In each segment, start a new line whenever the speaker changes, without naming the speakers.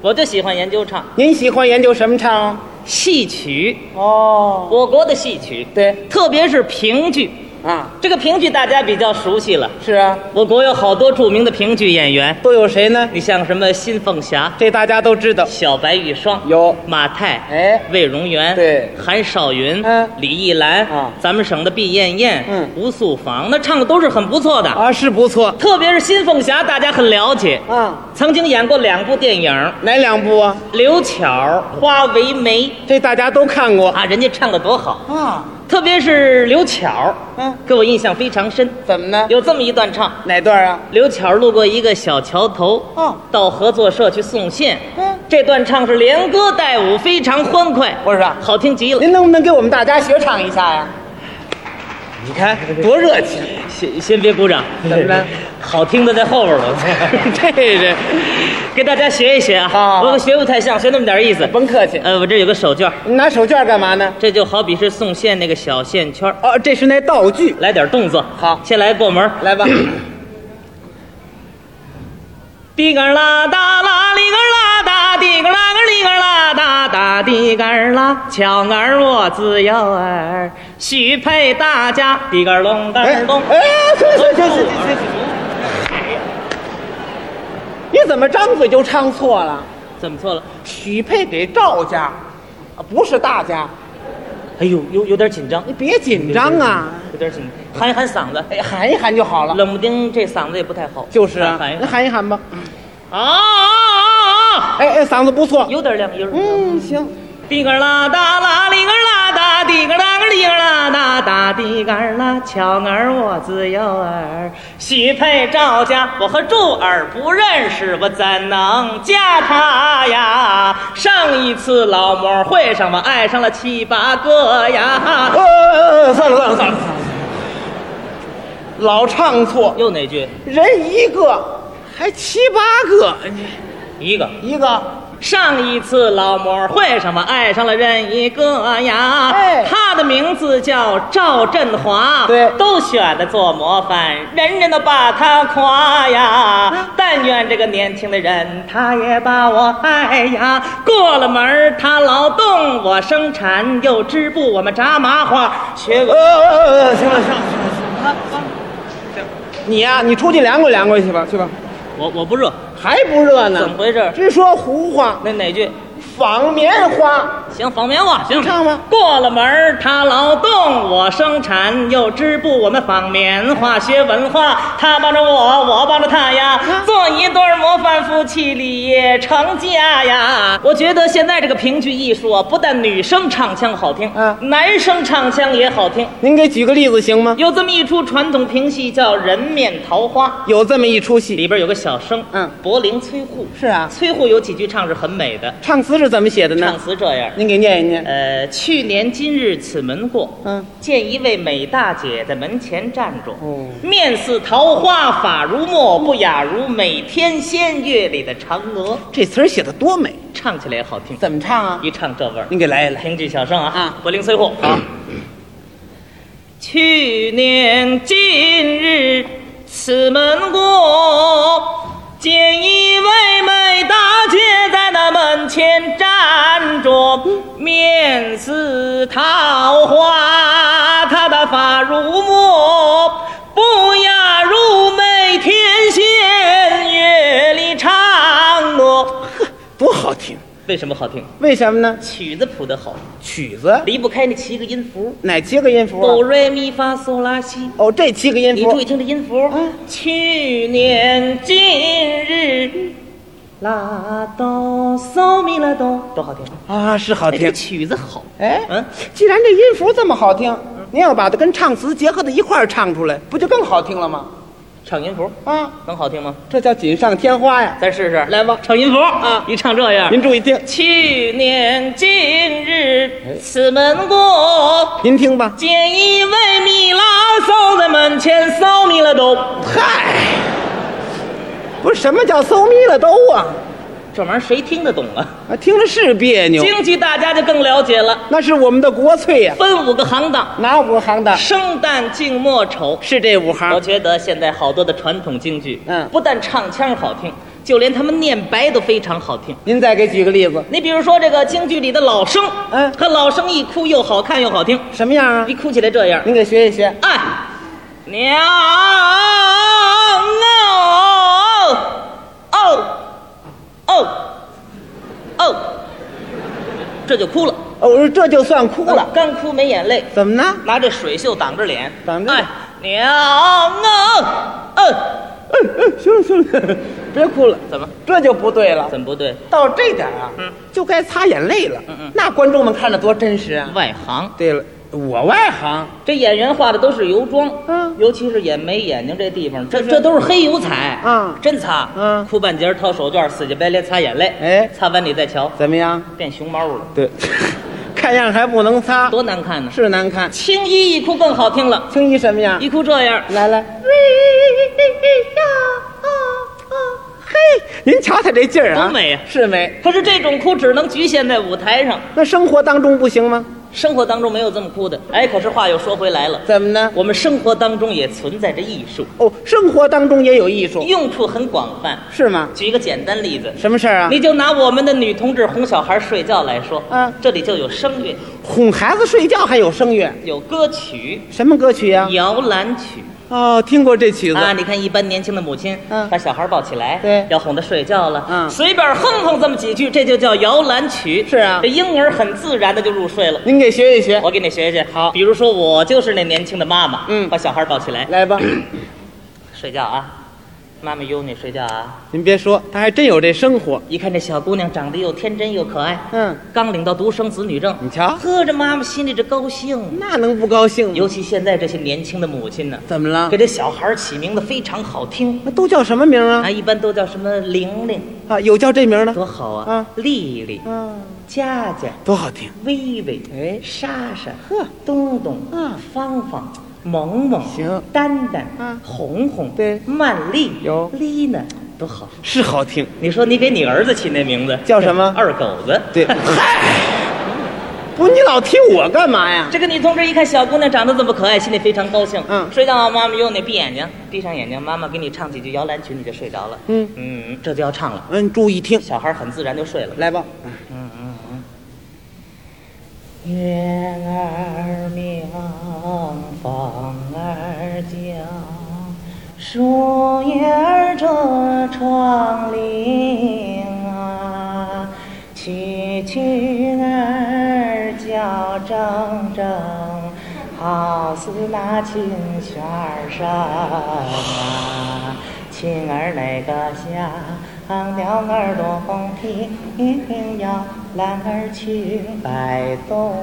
我就喜欢研究唱
您喜欢研究什么唱？
戏曲，
哦，
我国的戏曲，
对，
特别是评剧。
啊，
这个评剧大家比较熟悉了，
是啊，
我国有好多著名的评剧演员，
都有谁呢？
你像什么新凤霞、
这大家都知道。
小白玉霜、
有，
马泰、
哎
魏荣元、
对
韩少云、
嗯
李艺兰、
啊
咱们省的毕艳艳、
嗯
吴素芳，那唱的都是很不错的。
啊，是不错。
特别是新凤霞，大家很了解，
啊，
曾经演过两部电影《
哪两部啊？
刘巧花为媒》
这大家都看过。
啊，人家唱的多好，
啊，
特别是刘巧，
嗯，
给我印象非常深。
怎么呢？
有这么一段唱，
哪段啊？
刘巧路过一个小桥头，
哦
到合作社去送信。
嗯，
这段唱是连歌带舞，非常欢快，
不是啊
好听极了。
您能不能给我们大家学唱一下呀？你看 多热情！
先先别鼓掌，
怎么了？
好听的在后边了，
这是
给大家学一学啊！
啊
我学不太像，学那么点意思。
甭客气，
呃，我这有个手绢儿，
你拿手绢干嘛呢？
这就好比是送线那个小线圈儿，
哦，这是那道具。
来点动作。
好
先来过门儿。
来吧，
滴个儿啦哒啦，哩个儿啦哒，滴个儿啦个儿哩个儿啦哒哒，滴个儿啦，巧儿我自幼儿，许配大家，滴个儿隆个儿隆。
哎，行行行行行行，你怎么张嘴就唱错了？
怎么错了？
许配给赵家，啊不是大家，
哎呦，有有点紧张，
你别紧张啊，
有点紧张，喊一喊嗓子。
哎，喊一喊就好了。
冷不丁这嗓子也不太好，
就是啊，
喊一
那
喊
喊一喊吧。
啊啊啊啊，
哎哎，嗓子不错。
有点亮音儿。
嗯，行。
滴个儿啦哒啦，哩个儿啦哒，滴个儿啦个儿哩个儿啦哒哒，滴个儿啦，巧儿我自幼儿，许配赵家，我和柱儿不认识，我怎能嫁他呀？上一次老母会上，我爱上了七八个呀。
呃，算了算了算了算了，老唱错，
又哪句？
人一个还七八个，
一个。
一个呃
上一次老母会上，我爱上了任一个呀。
哎
他的名字叫赵振华。
对
都选的做模范，人人都把他夸
啊
呀。但愿这个年轻的人，他也把我爱呀。过了门儿他劳动，我生产又织布，我们炸麻花，学
呃
文。
呃，行了行了行了，你呀、你出去凉快凉快去吧去吧，
我我不热，
还不热
怎么
呢？
回事？
直说胡话，
那哪句？
纺棉花，
行，仿棉花行，
唱吧
过了门儿他劳动，我生产又织布，我们纺棉花学文化，他帮着我，我帮着他呀，
啊
做一对儿模范夫妻立业成家呀。我觉得现在这个评剧艺术啊，不但女生唱腔好听，
嗯
男生唱腔也好听。
您给举个例子行吗？
有这么一出传统评戏叫《人面桃花》，
有这么一出戏，
里边有个小生，
嗯
柏林崔护。
是啊
崔护有几句唱是很美的，
唱词是怎么写的
唱
呢？
词这样。
您给念一念。
呃，去年今日此门过，
嗯，
见一位美大姐在门前站着，
哦
面似桃花，发如墨，不雅如美天仙乐里的嫦娥，
这词儿写的多美，
唱起来也好听，
怎么唱啊？
一唱这味儿。
您给来一来。
评剧小生啊，
啊
柏林崔护啊。去年今日此门过，见一位美大姐在那门前站着，面似桃花，她的发如墨，不雅如美天仙乐里唱哦。
多好听！
为什么好听？
为什么呢？
曲子谱得好，
曲子
离不开那七个音符。
哪七个音符、
哆
啊？
瑞咪发嗦拉西。
哦，这七个音
你
符
注意。听这音符。
嗯
去年今日，拉哆嗦咪拉哆，多好听！
啊，是好
哎这
听
个。曲子好。
哎，
嗯，
既然这音符这么好听，您要把它跟唱词结合到一块儿唱出来，不就更好听了吗？
唱音符
啊，
能好听吗？
这叫锦上添花呀！
咱试试。
来吧
唱音符
啊
一唱这样。
您注意听，
去年今日，此门过，
您听吧。
见一位米拉嗦在门前嗦咪拉哆。
嗨，不是什么叫搜咪了都啊？
这玩意儿谁听得懂啊？
啊，听着是别扭。
京剧大家就更了解了，
那是我们的国粹呀、
分五个行当。
哪五 行的？
生旦净末丑。
是这五
我
行。
觉得现在好多的传统京剧，
啊嗯
不但唱腔好听，就连他们念白都非常好听。
您再给举个例子，
你比如说这个京剧里的老生，
嗯
和老生一哭又好看又好听，
什么样啊
一？哭起来这样，
您给学一学。
哎，娘哦哦哦哦，这就哭了，
哦，我说这就算哭了，
干哭没眼泪，
怎么呢？
拿这水袖挡着脸，
挡着
哎，娘哦哦，
嗯嗯，行了行了， 别哭了，
怎么
这就不对了。
怎么不对？
到这点儿啊，
嗯
就该擦眼泪了。
嗯嗯
那观众们看着多真实啊！
外行，
对了，我外行，
这演员画的都是油妆，
嗯
尤其是眼眉、眼睛这地方，这这都是黑油彩，
嗯
真擦，
嗯
哭半截儿掏手绢儿，死乞白赖擦眼泪，
哎
擦完你再瞧，
怎么样？
变熊猫了，
对， 看样还不能擦，
多难看呢！
是难看。
青衣一哭更好听了，
青衣什么样？
一哭这样，
来来，嘿，您瞧他这劲儿啊，
多美呀
是美。
可是这种哭只能局限在舞台上，
那生活当中不行吗？
生活当中没有这么哭的。哎，可是话又说回来了，
怎么呢？
我们生活当中也存在着艺术，
哦，生活当中也有艺术，
用处很广泛。
是吗？
举一个简单例子，
什么事儿啊？
你就拿我们的女同志哄小孩睡觉来说，
嗯
这里就有声乐，
哄孩子睡觉还有声乐，
有歌曲。
什么歌曲呀、
摇篮曲
哦，听过这曲子。
啊，你看一般年轻的母亲，
嗯
把小孩抱起来，
对
要哄他睡觉了，
嗯
随便哼哼这么几句，这就叫摇篮曲。
是啊
这婴儿很自然的就入睡了。
您给学一学。
我给你学学，
好
比如说我就是那年轻的妈妈，
嗯
把小孩抱起来
来吧，
睡觉啊，妈妈拥你睡觉啊。
您别说，他还真有这生活。
一看这小姑娘长得又天真又可爱，
嗯，
刚领到独生子女证，
你瞧，
呵，这妈妈心里这高兴。
那能不高兴吗？
尤其现在这些年轻的母亲呢，
怎么了
给？这小孩起名字非常好听，
那都叫什么名儿啊
啊，？一般都叫什么玲玲，
啊，有叫这名儿的。
多好啊
嗯！
丽丽、
嗯，
佳佳、
多好听。
薇薇、
哎
莎莎、
呵
东东、
嗯
芳芳、萌萌、
行
丹丹、
嗯
红红、
对
曼丽、
有
丽娜，多好！
是好听。
你说你给你儿子起那名字
叫什么
二狗子。
对，嗨，不是你老提我干嘛呀？
这个女同志一看小姑娘长得这么可爱，心里非常高兴。
嗯
睡觉啊，妈妈用你闭眼睛，闭上眼睛，妈妈给你唱几句摇篮曲，你就睡着了。
嗯
嗯，这就要唱了，
嗯，注意听，
小孩很自然就睡了。
来吧。
月嗯儿明，风儿娇，树叶儿遮窗棂啊，蛐蛐儿叫铮铮，好似那琴弦儿声啊，琴儿那个响。唱鸟儿东听摇篮儿去摆动。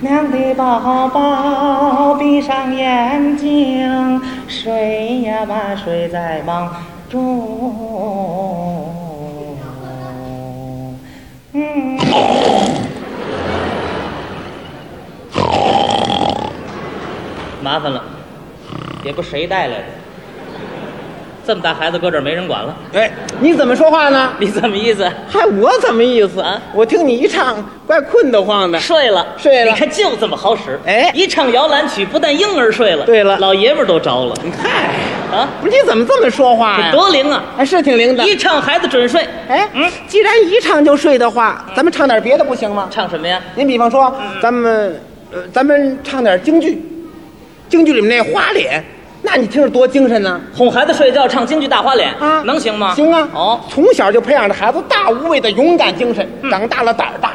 娘的宝宝闭上眼睛，睡呀吧睡在梦中。嗯，麻烦了，也不谁带来的。这么大孩子搁这儿没人管了，
哎，你怎么说话呢？
你什么意思？
还我怎么意思
啊？
我听你一唱，怪困得慌的。
睡了，
睡了
你看就这么好使。
哎
一唱摇篮曲，不但婴儿睡了，
对了
老爷们儿都着了
嗨，
啊！
不是你怎么这么说话
这
哎呀？
多灵啊！
还是挺灵的。
一唱孩子准睡。
哎，
嗯
既然一唱就睡的话，咱们唱点别的不行吗？
唱什么呀？
您比方说，咱们，呃，咱们唱点京剧，京剧里面那花脸，那你听着多精神呢。
哄孩子睡觉，唱京剧《大花脸》
啊，
能行吗？
行啊，
哦，
从小就培养着孩子大无畏的勇敢精神，长大了胆儿大。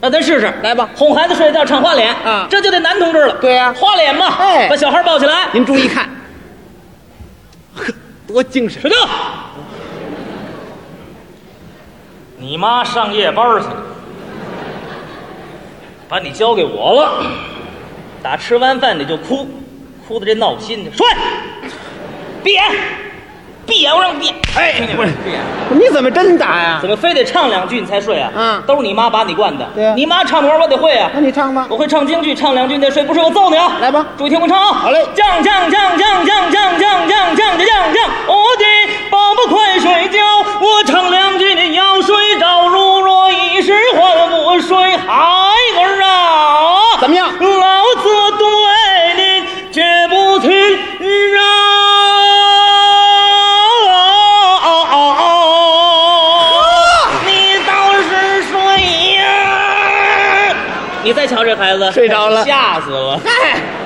那咱试试，
来吧
哄孩子睡觉，唱花脸
啊
这就得男同志了。
对呀
花脸嘛，
哎
把小孩抱起来，
您注意看，呵， 多精神！
睡觉。你妈上夜班去了，把你交给我了。打吃完饭你就哭，哭的这闹心去。睡，闭眼，闭眼，我让你闭眼。
哎
听见
不
没
是
闭眼。
你怎么真打呀
怎？么非得唱两句你才睡啊？
嗯
都是你妈把你惯的。
对啊
你妈唱不完我得会啊
那。你唱吧。
我会唱京剧，唱两句你得睡，不睡我揍你啊！
来吧
注意听我唱啊！
好嘞
降降降降降降降降降降降，我的宝宝快睡觉，我唱两句你要睡着，如若一时唤不睡，孩儿啊，
怎么样
老子对你绝不听让。你再瞧这孩子，
睡着了
吓死我！
嗨。